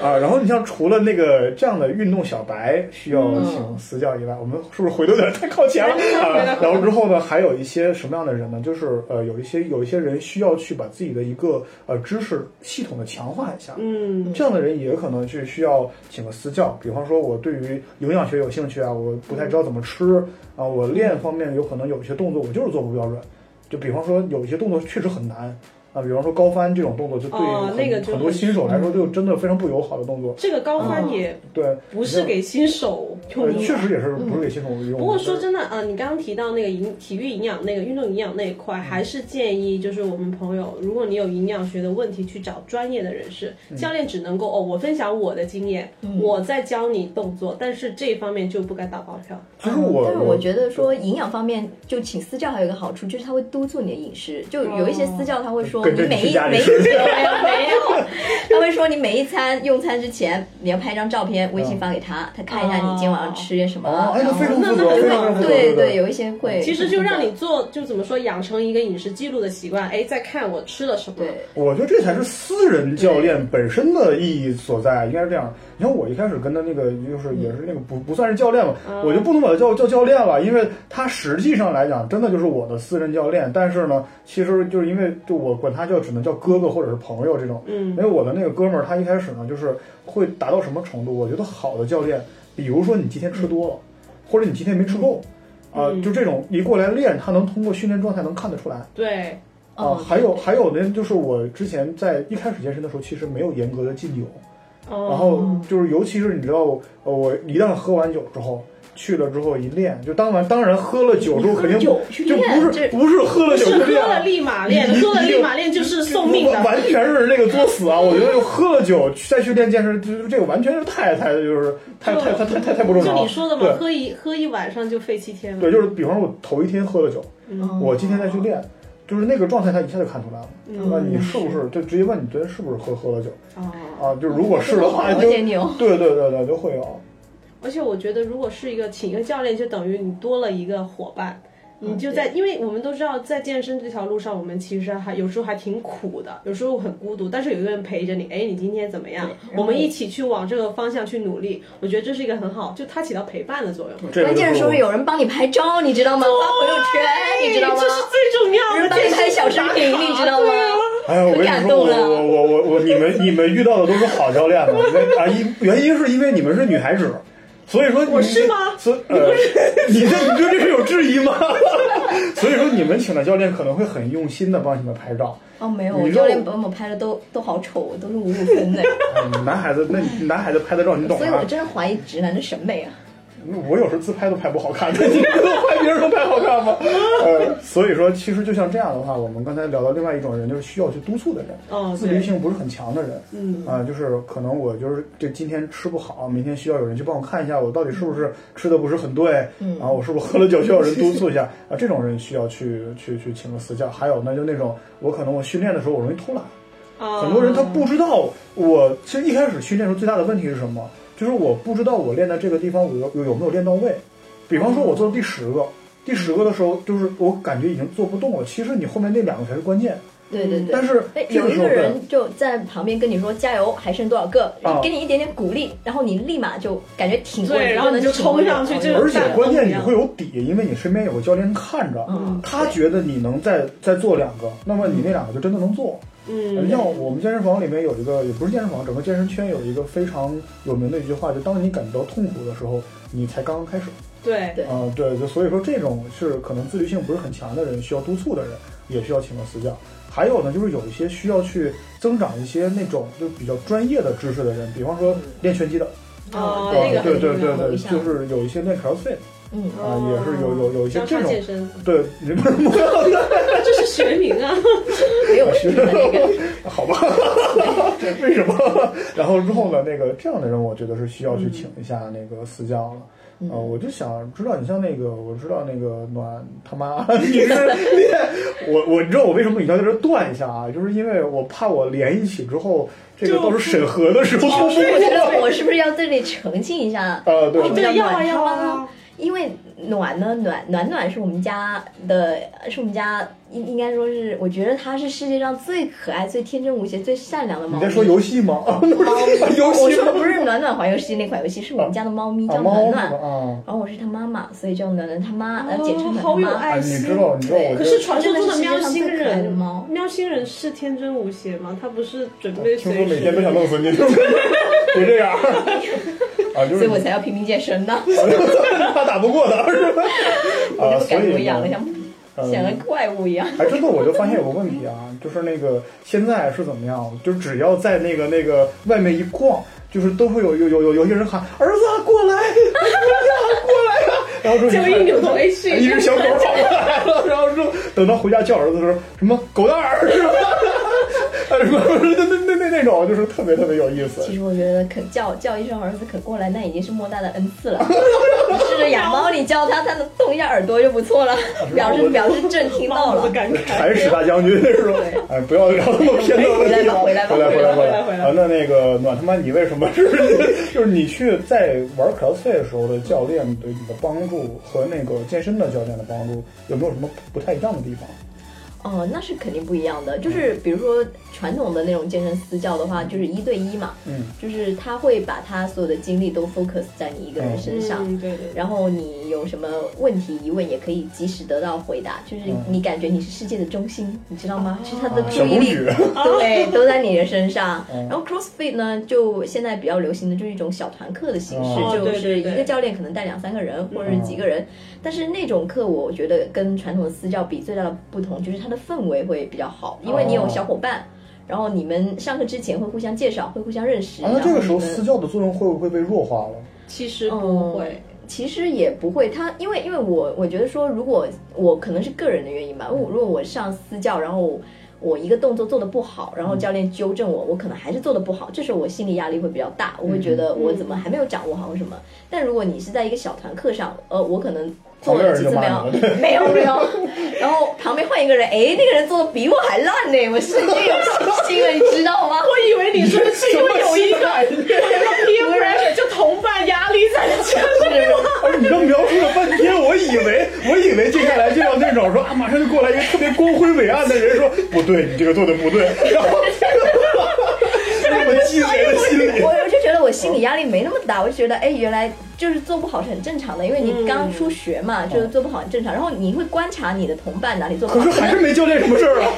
S1: 啊，然后你像除了那个这样的运动小白需要请私教以外，我们是不是回的有点太靠前了啊？然后之后呢，还有一些什么样的人呢？就是呃，有一些有一些人需要去把自己的一个呃知识系统的强化一下，
S3: 嗯，
S1: 这样的人也可能去需要请个私教，比方说我对于营养学有兴趣啊，我不太知道怎么吃啊，我练方面有可能有些动作我就是做不标准，就比方说有一些动作确实很难啊，比方说高翻这种动作就对
S3: 哦
S1: 很
S3: 那个就嗯
S1: 很多新手来说就真的非常不友好的动作，
S3: 这个高翻也
S1: 对，
S3: 不是给新手用
S1: 呃
S3: 的。
S1: 确实也是不是给新手用的。
S3: 不过说真的，呃，你刚刚提到那个营体育营养那个运动营养那一块，
S1: 嗯
S3: 还是建议就是我们朋友，如果你有营养学的问题，去找专业的人士。
S1: 嗯
S3: 教练只能够哦，我分享我的经验，我在教你动作，但是这一方面就不该打包 票。
S1: 其实我
S2: 嗯但是我觉得说营养方面，就请私教还有一个好处，就是他会督促你的饮食。就有一些私教他会说，
S1: 哦跟着你
S2: 你每
S1: 去
S2: 一
S1: 家里
S2: 每一
S1: 吃
S2: 没有
S3: 哎
S2: 没有， 他会说你每一餐用餐之前你要拍张照片，微信发给他，他看一下你今天晚上吃些什么。
S1: 哦，哎，
S2: 然
S1: 那
S2: 后
S1: 非常负责，
S3: 那
S1: 非
S3: 那
S1: 常负责，对
S2: 对对，，有一些会，
S3: 其实就让你做，就怎么说，养成一个饮食记录的习惯。哎，再看我吃了什么。
S2: 对
S1: 我觉得这才是私人教练本身的意义所在，应该是这样。你看我一开始跟他那个就是也是那个不不算是教练吧，
S3: 嗯
S1: 我就不能把他叫叫教练了，因为他实际上来讲真的就是我的私人教练。但是呢，其实就是因为就我管他叫只能叫哥哥或者是朋友这种，
S3: 嗯
S1: 因为我的那个哥们儿他一开始呢就是会达到什么程度？我觉得好的教练，比如说你今天吃多了，或者你今天没吃够。啊、
S3: 嗯
S1: 就这种一过来练，他能通过训练状态能看得出来。
S3: 嗯对，
S1: 啊，
S2: 哦
S1: 还有还有呢，就是我之前在一开始健身的时候，其实没有严格的禁酒，然
S3: 哦，
S1: 后就是尤其是你知道，呃我一旦喝完酒之后去了之后一练，就当然当然喝了酒之后肯定
S2: 酒去
S1: 就
S2: 练
S1: 不
S2: 这
S1: 是不是喝了
S3: 不
S1: 酒
S3: 是
S1: 就
S3: 喝
S1: 练
S3: 了
S1: 了。
S3: 立马练
S1: 你，你
S3: 喝了立马练就是送命
S1: 完
S3: 的。
S1: 完全是那个作死啊！我觉得就喝了酒再去练健身，就是这个完全是太太就是太太太太太太不正
S3: 就
S1: 常了。
S3: 你说的嘛
S1: 对，
S3: 喝一喝一晚上就废七天了。
S1: 对，就是比方说我头一天喝了酒，
S2: 哦
S3: 嗯
S1: 我今天再去练，就是那个状态他一下就看出来了。那
S3: 嗯
S1: 你是不是就直接问你昨天是不是喝喝了酒？
S3: 哦。
S1: 啊，就如果是的话，
S2: 我
S1: 就
S2: 见
S1: 对
S2: 你哦
S1: 对对对，就会有。
S3: 而且我觉得，如果是一个请一个教练，就等于你多了一个伙伴。你就嗯在，因为我们都知道，在健身这条路上，我们其实还有时候还挺苦的，有时候很孤独，但是有一个人陪着你，哎，你今天怎么样？我们一起去往这个方向去努力，我觉得这是一个很好，就它起到陪伴的作用。
S1: 这个
S2: 关键
S1: 就是是
S2: 说有人帮你拍照，你知道吗？发朋友圈，你知道吗
S3: 这？是最重要
S2: 人
S3: 的，啊
S2: 帮你拍小视频，你知道 吗？
S1: 哎呀，我跟
S2: 感
S1: 你说，我
S2: 动啊了
S1: 我我我我，你们你们遇到的都是好教练嘛？因为啊，因原因是因为你们是女孩子，所以说
S3: 我
S1: 你
S3: 是吗
S1: 所以呃，你这你对这是有质疑吗？ 所以说你们请的教练可能会很用心的帮你们拍照。
S2: 哦，没有，
S1: 你
S2: 我
S1: 知道
S2: 教练帮我拍的都都好丑，我都是五五分 的，
S1: 嗯男孩子那你男孩子拍的照你懂啊
S2: 所以我
S1: 吗？
S2: 真的怀疑直男的审美啊。
S1: 我有时候自拍都拍不好看，你都拍别人都拍好看吗？呃，所以说其实就像这样的话，我们刚才聊到另外一种人，就是需要去督促的人。
S3: 哦，
S1: 自律
S3: 对，
S1: 性不是很强的人，
S3: 嗯
S1: 啊、就是可能我就是这今天吃不好，明天需要有人去帮我看一下我到底是不是吃的不是很对，嗯，然后我是不是喝了酒需要有人督促一下啊，这种人需要去去去请个私教。还有呢，就那种我可能我训练的时候我容易偷懒，
S3: 啊
S1: 很多人他不知道我其实一开始训练的时候最大的问题是什么，就是我不知道我练的这个地方我有有有没有练到位。比方说，我做到第十个，第十个的时候，就是我感觉已经做不动了。其实你后面那两个才是关键，
S2: 对对对
S1: 但。是
S2: 哎，
S1: 这
S2: 有一
S1: 时
S2: 个
S1: 候对
S2: 人就在旁边跟你说加油，还剩多少个
S1: 啊，
S2: 给你一点点鼓励，然后你立马就感觉挺过，
S3: 对然后你就冲上去就
S1: 而且关键你会有底，因为你身边有个教练看着，
S2: 嗯
S1: 他觉得你能再再做两个，那么你那两个就真的能做。
S3: 嗯
S1: 像我们健身房里面有一个，也不是健身房，整个健身圈有一个非常有名的一句话，就当你感觉到痛苦的时候，你才刚刚开始。
S3: 对
S2: 对
S1: 啊、对，就所以说这种是可能自律性不是很强的人，需要督促的人，也需要请个私教。还有呢，就是有一些需要去增长一些那种就比较专业的知识的人，比方说练拳击的，
S3: 哦
S1: 啊
S2: 哦，
S3: 那个
S1: 对对
S3: 很重
S1: 对
S3: 要
S1: 对，
S2: 一项
S1: 就是有一些练 CrossFit
S2: 嗯，
S1: 啊、也是有有有一些
S3: 交
S1: 这
S3: 叉
S1: 种
S3: 健身，
S1: 对，你不是摸 到
S3: 这是学名啊，
S2: 没有事的那个，
S1: 好吧？为什么？ 然后之后呢，那个这样的人，我觉得是需
S2: 嗯
S1: 要去请一下那个私教了。啊、我就想知道，你像那个，我知道那个暖他 妈，你是练我，我你知道我为什么一定要在这儿断一下啊？就是因为我怕我连一起之后，这个
S3: 就
S1: 到时候审核的时候
S2: 我
S1: 不
S2: 觉 得哦我是哦不是要在这里澄清一下？
S1: 啊，对
S2: 为什么
S3: 对
S2: 叫
S3: 要啊
S2: 暖
S3: 要啊
S2: 汤呢因为暖呢，暖暖暖是我们家的，是我们家应应该说是，我觉得它是世界上最可爱、最天真无邪、最善良的猫
S1: 你
S2: 咪。
S1: 在说游戏吗？
S2: 哦
S1: 啊， 游
S2: 我
S1: 戏
S2: 说
S1: 吗
S2: 的不是暖暖环游世界那款游戏，是我们家的猫咪
S1: 啊，
S2: 叫暖
S1: 猫
S2: 暖，
S1: 是吧啊。
S2: 然后我是它妈妈，所以叫暖暖它妈，呃，
S3: 哦
S2: 简称暖
S3: 好
S2: 它
S3: 有
S2: 妈。
S3: 爱
S1: 啊，
S3: 心。
S1: 你知道，你知道，我
S3: 可
S1: 觉
S3: 是
S1: 得
S3: 传说中的喵
S2: 真的
S3: 星
S2: 是世界上最可爱的
S3: 人
S2: 猫，
S3: 喵星人是天真无邪吗？他不是准备
S1: 听说
S3: 随
S1: 每天都
S3: 时
S1: 想弄死你，别这样啊！就
S2: 所以
S1: 是
S2: 我才要拼命健身呢，
S1: 他打不过的，是吧？啊，
S2: 我就不
S1: 所
S2: 感觉我
S1: 以
S2: 养了
S1: 呢，
S2: 像像个怪物一样。
S1: 哎，真的我就发现有个问题啊，就是那个现在是怎么样？就只要在那个那个外面一逛，就是都会有有有有有些人喊儿子啊过来，儿子啊过来啊，然后就
S3: 就一扭头哎去
S1: 一只小狗跑过来了，然后说等到回家叫儿子的时候，什么狗蛋儿是吧？啊什么那那那那那种就是特别特别有意思。
S2: 其实我觉得肯叫叫一声儿子肯过来，那已经是莫大的恩赐了。你试着养猫，你教他，他能动一下耳朵就不错了， 表示表示朕听 到了
S3: 的。感慨。
S1: 铲屎大将军是吧？哎，不要聊那么偏的问题了。
S2: 回来吧
S1: 回来，
S2: 回
S3: 来吧
S1: 回
S3: 回来回来
S1: 啊，那那个暖他妈，你为什么是？就是你去在玩 CrossFit 的时候的教练对你的帮助和那个健身的教练的帮助有没有什么不太一样的地方？
S2: 哦，那是肯定不一样的。就是比如说传统的那种健身私教的话，就是一对一嘛，
S1: 嗯，
S2: 就是他会把他所有的精力都 focus 在你一个人身上。
S3: 嗯，对对对。
S2: 然后你有什么问题疑问，也可以及时得到回答。就是你感觉你是世界的中心，你知道吗？就是他的
S1: 嗯啊
S2: 注
S1: 小
S2: 意
S1: 公
S2: 力
S1: 举，
S2: 对，都在你的身上
S1: 嗯。
S2: 然后 CrossFit 呢，就现在比较流行的就是一种小团课的形
S1: 哦
S2: 式，就
S3: 对
S2: 是
S3: 对
S2: 一
S3: 对
S2: 个教练可能带两三个人或者是几个
S1: 嗯
S2: 人。但是那种课，我觉得跟传统的私教比最大的不同就是它的氛围会比较好，因为你有小伙伴，然后你们上课之前会互相介绍，会互相认识。
S1: 啊，
S2: 然
S1: 那这
S2: 后
S1: 个时候
S2: 你们
S1: 私教的作用会不会被弱化了？
S3: 其实不会，
S2: 其实也不会，他因为因为我我觉得说，如果我可能是个人的原因吧，
S1: 嗯
S2: 我如果我上私教，然后我一个动作做的不好，然后教练纠正我，我可能还是做的不好，这时候我心理压力会比较大，我会觉
S1: 嗯
S2: 得我怎么还没有掌握好或什么。但如果你是在一个小团课上，呃，我可能做了几次没
S1: 旁
S2: 有
S1: 边 人，
S2: 没有没有，然后旁边换一个人，哎，那个人做的比我还烂呢，我瞬间有信心了，你知道吗？
S3: 我以为你说是因为有一个 peer pressure，就同伴压力在这里。
S1: 而你这描述了半天，我以为我以为接下来就要那种说啊，马上就过来一个特别光辉伟岸的人说不对，你这个做的不对， 然后那 么鸡贼的心理，
S2: 我我就觉得我心理压力没那么大，我就觉得哎，原来就是做不好是很正常的，因为你
S1: 嗯
S2: 刚初学嘛，就是做不好很正常。然后你会观察你的同伴哪里做不
S1: 可
S2: 好
S1: 是，还是没教练什么事儿啊。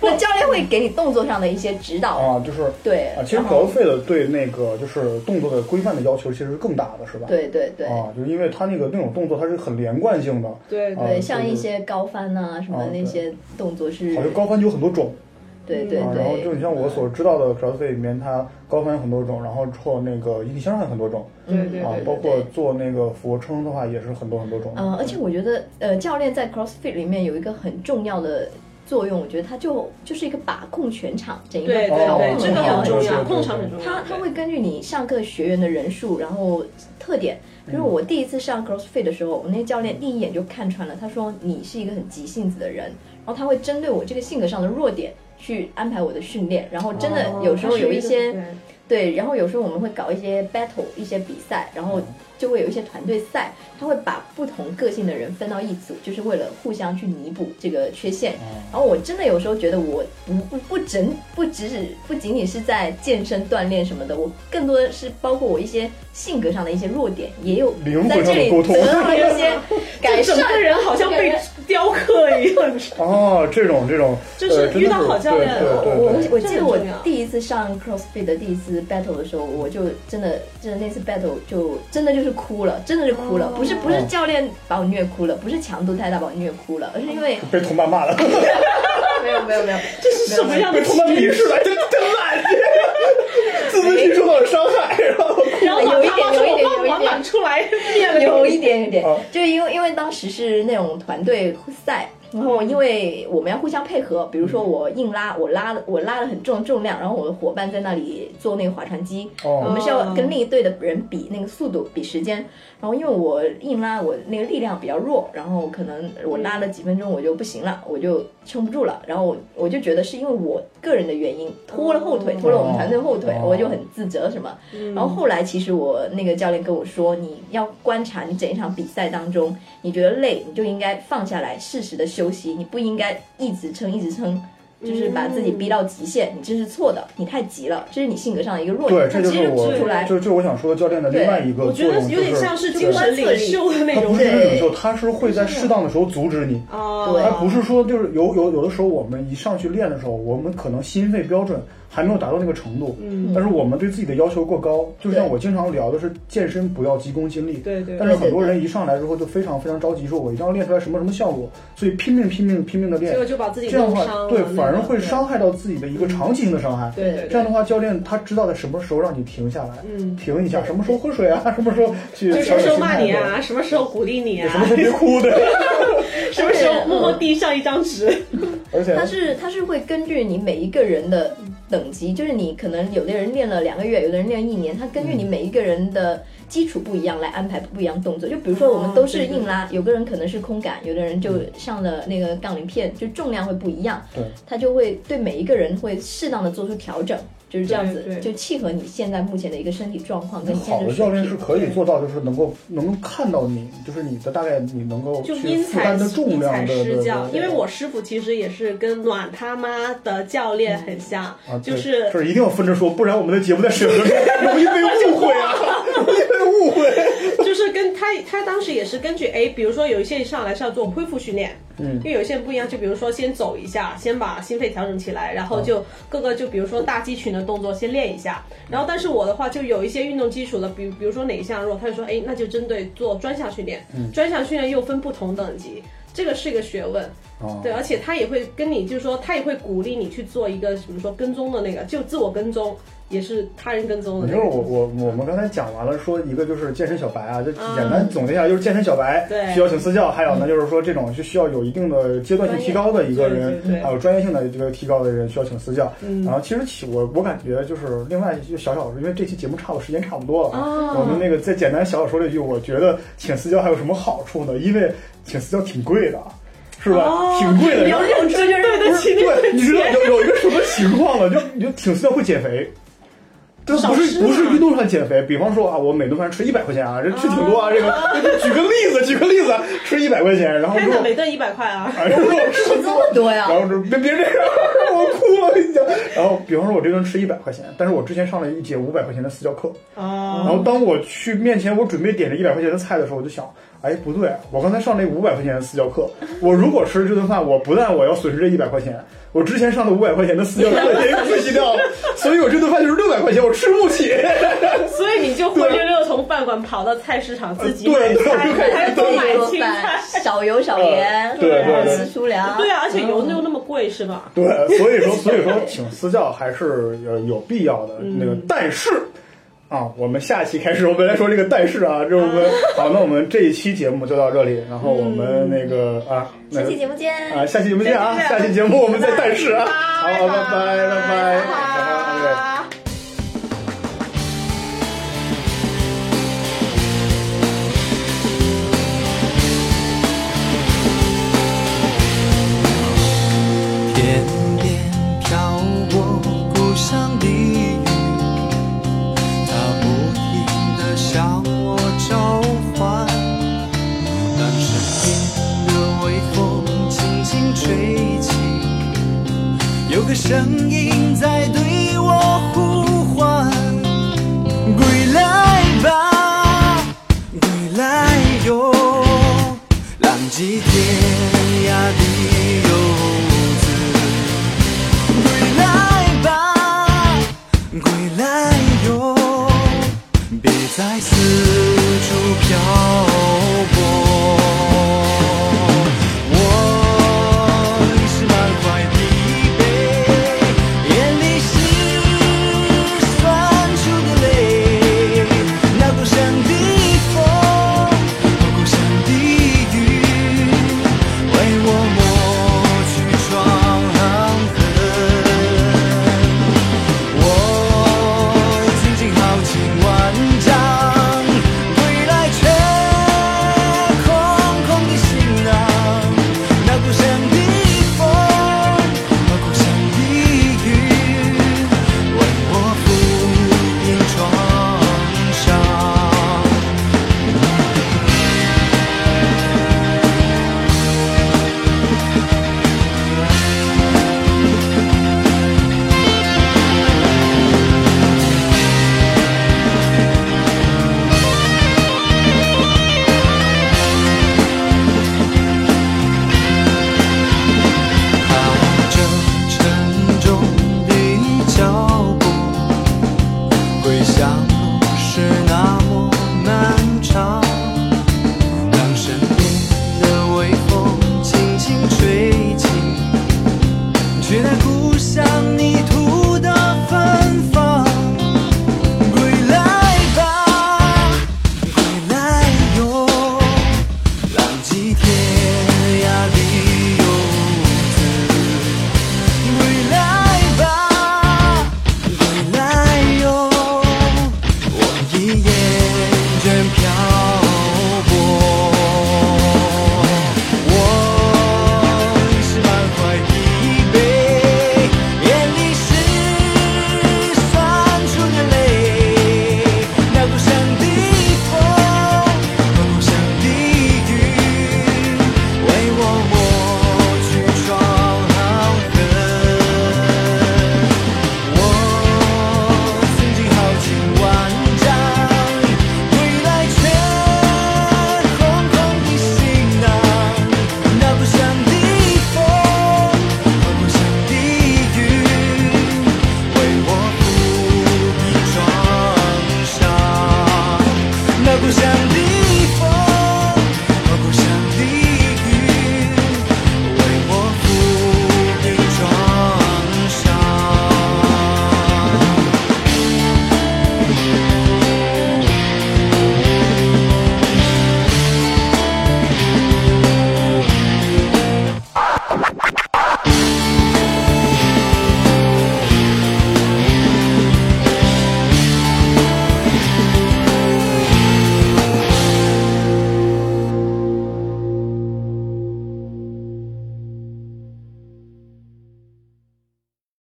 S2: 或者教练会给你动作上的一些指导。
S1: 啊，就是
S2: 对
S1: 啊，其实
S2: 然
S1: c
S2: 后
S1: r 费的对那个就是动作的规范的要求其实是更大的，是吧？。
S2: 对对对
S1: 啊，就是因为他那个那种动作，它是很连贯性的。
S3: 对
S1: 啊
S2: 对，像一些高翻啊什么
S1: 啊对
S2: 那些动作是
S1: 好，像高翻就有很多种，
S2: 对对
S1: 啊，然后就
S2: 对
S1: 你像我所知道的 CrossFit 里面，它高翻有很多种，然后之后那个引体向上有很多种，
S3: 对对对
S1: 啊，包括做那个俯卧撑的话，也是很多很多种。
S2: 嗯，而且我觉得，呃，教练在 CrossFit 里面有一个很重要的作用，我觉得他就就是一个把控全场整一个
S3: 对对
S2: 操
S3: 对
S2: 控，
S3: 这个很重
S1: 对对对
S3: 要，控场很重要。
S2: 他他会根据你上课学员的人数，然后特点。比如我第一次上 CrossFit 的时候，我那教练第一眼就看穿了，他说你是一个很急性子的人，然后他会针对我这个性格上的弱点去安排我的训练，然后真的
S1: 哦
S2: 有时候有一些、
S3: 对
S2: 对，然后有时候我们会搞一些 battle 一些比赛，然
S1: 嗯
S2: 后就会有一些团队赛，他会把不同个性的人分到一组，就是为了互相去弥补这个缺陷。
S1: 嗯
S2: 然后我真的有时候觉得我不不不整不只是不仅仅是在健身锻炼什么的，我更多的是包括我一些性格上的一些弱点，也有
S1: 灵魂
S2: 在这
S1: 上的
S2: 里
S1: 沟通
S2: 得到了一些改
S3: 整
S2: 善。
S3: 个人好像被雕刻一样。
S1: 哦，这种这种，
S3: 就是
S1: 呃真的
S3: 遇到好教练
S1: 对对对
S2: 我我
S1: 对
S2: 我记得我
S3: 这很重要
S2: 第一次上 CrossFit 的第一次 battle 的时候，我就真的真的那次 battle 就真的就是哭了，真的是哭了，
S3: 哦
S2: 不是不是教练把我虐哭了，不是强度太大把我虐哭了，而是因为
S1: 被同伴骂 了，
S2: 没有没有没有，
S3: 这是什么样的
S1: 被同伴鄙视了，真真烂，自尊心受到了伤害，然后
S3: 然后
S2: 有一
S3: 他
S2: 点
S3: 妈
S2: 有
S3: 说
S2: 一
S3: 我
S2: 点
S3: 帮
S2: 有一
S3: 老
S2: 点
S3: 板出来面 了
S2: 有一点有一点
S1: 啊，
S2: 就是因为因为当时是那种团队赛。然后，因为我们要互相配合，比如说我硬拉，我拉的我拉了很重的重量，然后我的伙伴在那里做那个划船机，
S3: 嗯
S2: 我
S1: 哦
S2: 们是要跟另一队的人比那个速度、比时间。然后因为我硬拉，我那个力量比较弱，然后可能我拉了几分钟我就不行了，我就撑不住了。然后我我就觉得是因为我个人的原因拖了后腿，拖了我们团队后腿
S1: 哦，
S2: 我就很自责什么。
S3: 嗯
S2: 然后后来其实我那个教练跟我说，你要观察你整一场比赛当中，你觉得累，你就应该放下来，适时的休息，你不应该一直撑一直撑。就是把自己逼到极限，你这是错的，你太急了，这是你性格上的一个弱点。
S1: 对，
S3: 嗯
S1: 这就是
S2: 其实
S1: 我
S2: 指出来，
S1: 就就我想说的教练的另外一个作
S3: 我觉得
S1: 用，
S3: 有
S1: 就
S3: 点
S1: 是
S3: 像是精神领袖的那
S1: 他
S3: 种
S1: 不是
S2: 对
S1: 领袖，他是会在适当的时候阻止你。
S3: 啊
S2: 对
S1: 他不是说就是有有有的时候我们一上去练的时候，我们可能心肺标准还没有达到那个程度，
S3: 嗯，
S1: 但是我们对自己的要求过高。就像
S2: 对
S1: 我经常聊的是健身不要急功近利，
S3: 对对
S1: 但
S3: 对
S1: 是很多人一上来之后就非常非常着急，说我一定要练出来什么什么效果，所以拼命拼命拼命的练
S3: 结，果就把自己
S1: 这样的
S3: 弄
S1: 话
S3: 伤了，
S1: 对反而会伤害到自己的一个长期性的伤害。
S3: 嗯对对对
S1: 这样的话，教练他知道在什么时候让你停下来，
S3: 嗯
S1: 停一下，什么时候喝水啊，什么时候去
S3: 就
S1: 调
S3: 什么
S1: 整
S3: 时候
S1: 心
S3: 骂
S1: 态
S3: 你
S1: 的，
S3: 啊，什么时候鼓励你
S1: 对什么
S3: 啊
S1: 时，候别哎哭的，
S3: 什么时候默默递上一张 纸，
S1: 而且
S2: 它是它是会根据你每一个人的等级，就是你可能有的人练了两个月，有的人练一年，它根据你每一个人的基础不一样来安排不一样动作。就比如说我们都是硬拉，有个人可能是空杆，有的人就上了那个杠铃片，就重量会不一样，
S1: 对，
S2: 他就会对每一个人会适当的做出调整，就是这样
S3: 对
S2: 子，
S3: 对
S2: 就契合你现在目前的一个身体状况跟你现
S1: 好
S2: 在
S1: 的
S2: 水
S1: 教练
S2: 平。
S1: 是可以做到，就是能够能够看到你，就是你的大概你能够
S3: 就
S1: 去
S3: 因
S1: 负
S3: 材
S1: 担的重
S3: 因
S1: 量
S3: 材
S1: 的，对
S3: 施
S1: 对
S3: 教，
S1: 对
S3: 因为我师傅其实也是跟暖他妈的教练很像
S1: 啊，，
S3: 就
S1: 对
S3: 是
S1: 就是一定要分着说，不然我们的节目在审核 中容易被误会啊， 容易被误会。
S3: 就是跟他他当时也是根据哎，比如说有一些上来是要做恢复训练，
S1: 嗯
S3: 因为有一些人不一样，就比如说先走一下，先把心肺调整起来，然后就
S1: 哦
S3: 各个就比如说大肌群的动作先练一下，然后但是我的话就有一些运动基础的，比如比如说哪一项弱，他就说哎，那就针对做专项训练，
S1: 嗯
S3: 专项训练又分不同等级，这个是一个学问。
S1: 哦
S3: 对，而且他也会跟你，就是说，他也会鼓励你去做一个，比如说跟踪的那个，就自我跟踪，也是他人跟踪的
S1: 你
S3: 那
S1: 就是
S3: 个。
S1: 我我我们刚才讲完了，说一个就是健身小白啊，就简单总结一下，就是健身小白
S3: 嗯对嗯
S1: 需要请私教，还有呢就是说这种是需要有一定的阶段性提高的一个人
S3: 专业对对对，嗯
S1: 还有专业性的这个提高的人需要请私教。然后其实起我我感觉就是另外就小小，因为这期节目差不多时间差不多了，
S3: 哦
S1: 我们那个再简单小小说了一句，我觉得请私教还有什么好处呢？因为请私教挺贵的。是吧？
S3: 哦
S1: 挺贵的，
S3: 有一种追求对
S1: 不
S3: 得
S1: 是
S3: 起那
S1: 对，你知道有有一个什么情况了？就你就挺需要会减肥，就不
S3: 少吃
S1: 是
S3: 嘛
S1: 不是运动上减肥，比方说啊，我每顿饭吃一百块钱啊，这吃挺多啊，这个这举个例子，举个例子，吃一百块钱，然后
S3: 看
S1: 之后
S3: 到每顿一百 块啊，
S1: 哎，然后吃
S2: 这么多呀
S1: 然后就别别这样，我哭了，我跟你讲。然后比方说我这顿吃一百块钱，但是我之前上了一节五百块钱的私教课，
S3: 哦，
S1: 然后当我去面前，我准备点这一百块钱的菜的时候，我就想，哎，不对，我刚才上那五百块钱的私教课，我如果吃这顿饭，我不但我要损失这一百块钱，我之前上的五百块钱的私教课也可惜掉了， 所以我这顿饭就是六百块钱，我吃不起。
S3: 所以你就灰溜溜从饭馆跑到菜市场自己买
S1: 啊呃对对
S3: 菜，
S1: 对
S3: 还
S2: 自
S3: 不
S2: 己
S3: 买
S2: 做
S3: 青
S2: 饭
S3: 菜，，
S2: 少油少盐，
S1: 对
S3: 对对
S2: 吃粗粮，
S3: 对啊，而且油又那么贵是吧？
S1: 对，所以说，所以说，请私教还是呃有必要的
S2: 嗯
S1: 那个，但是。啊，我们下期开始，我们来说这个但是啊，这我 们好，那我们这一期节目就到这里，然后我们那个啊，那
S2: 下
S1: 个
S2: 嗯期节目见。
S1: 啊，下期节目见啊！
S3: 下
S1: 下
S3: 期
S1: 期
S3: 节
S1: 节目我们再但是啊，好，
S3: 拜
S1: 拜拜拜拜拜拜。
S4: 天边飘过故乡的雨，它不停地向我召唤。当身边的微风轻轻吹起，有个声音在对我呼唤：归来吧，归来哟，浪迹天涯的游子。归来吧，归来哟，别再四处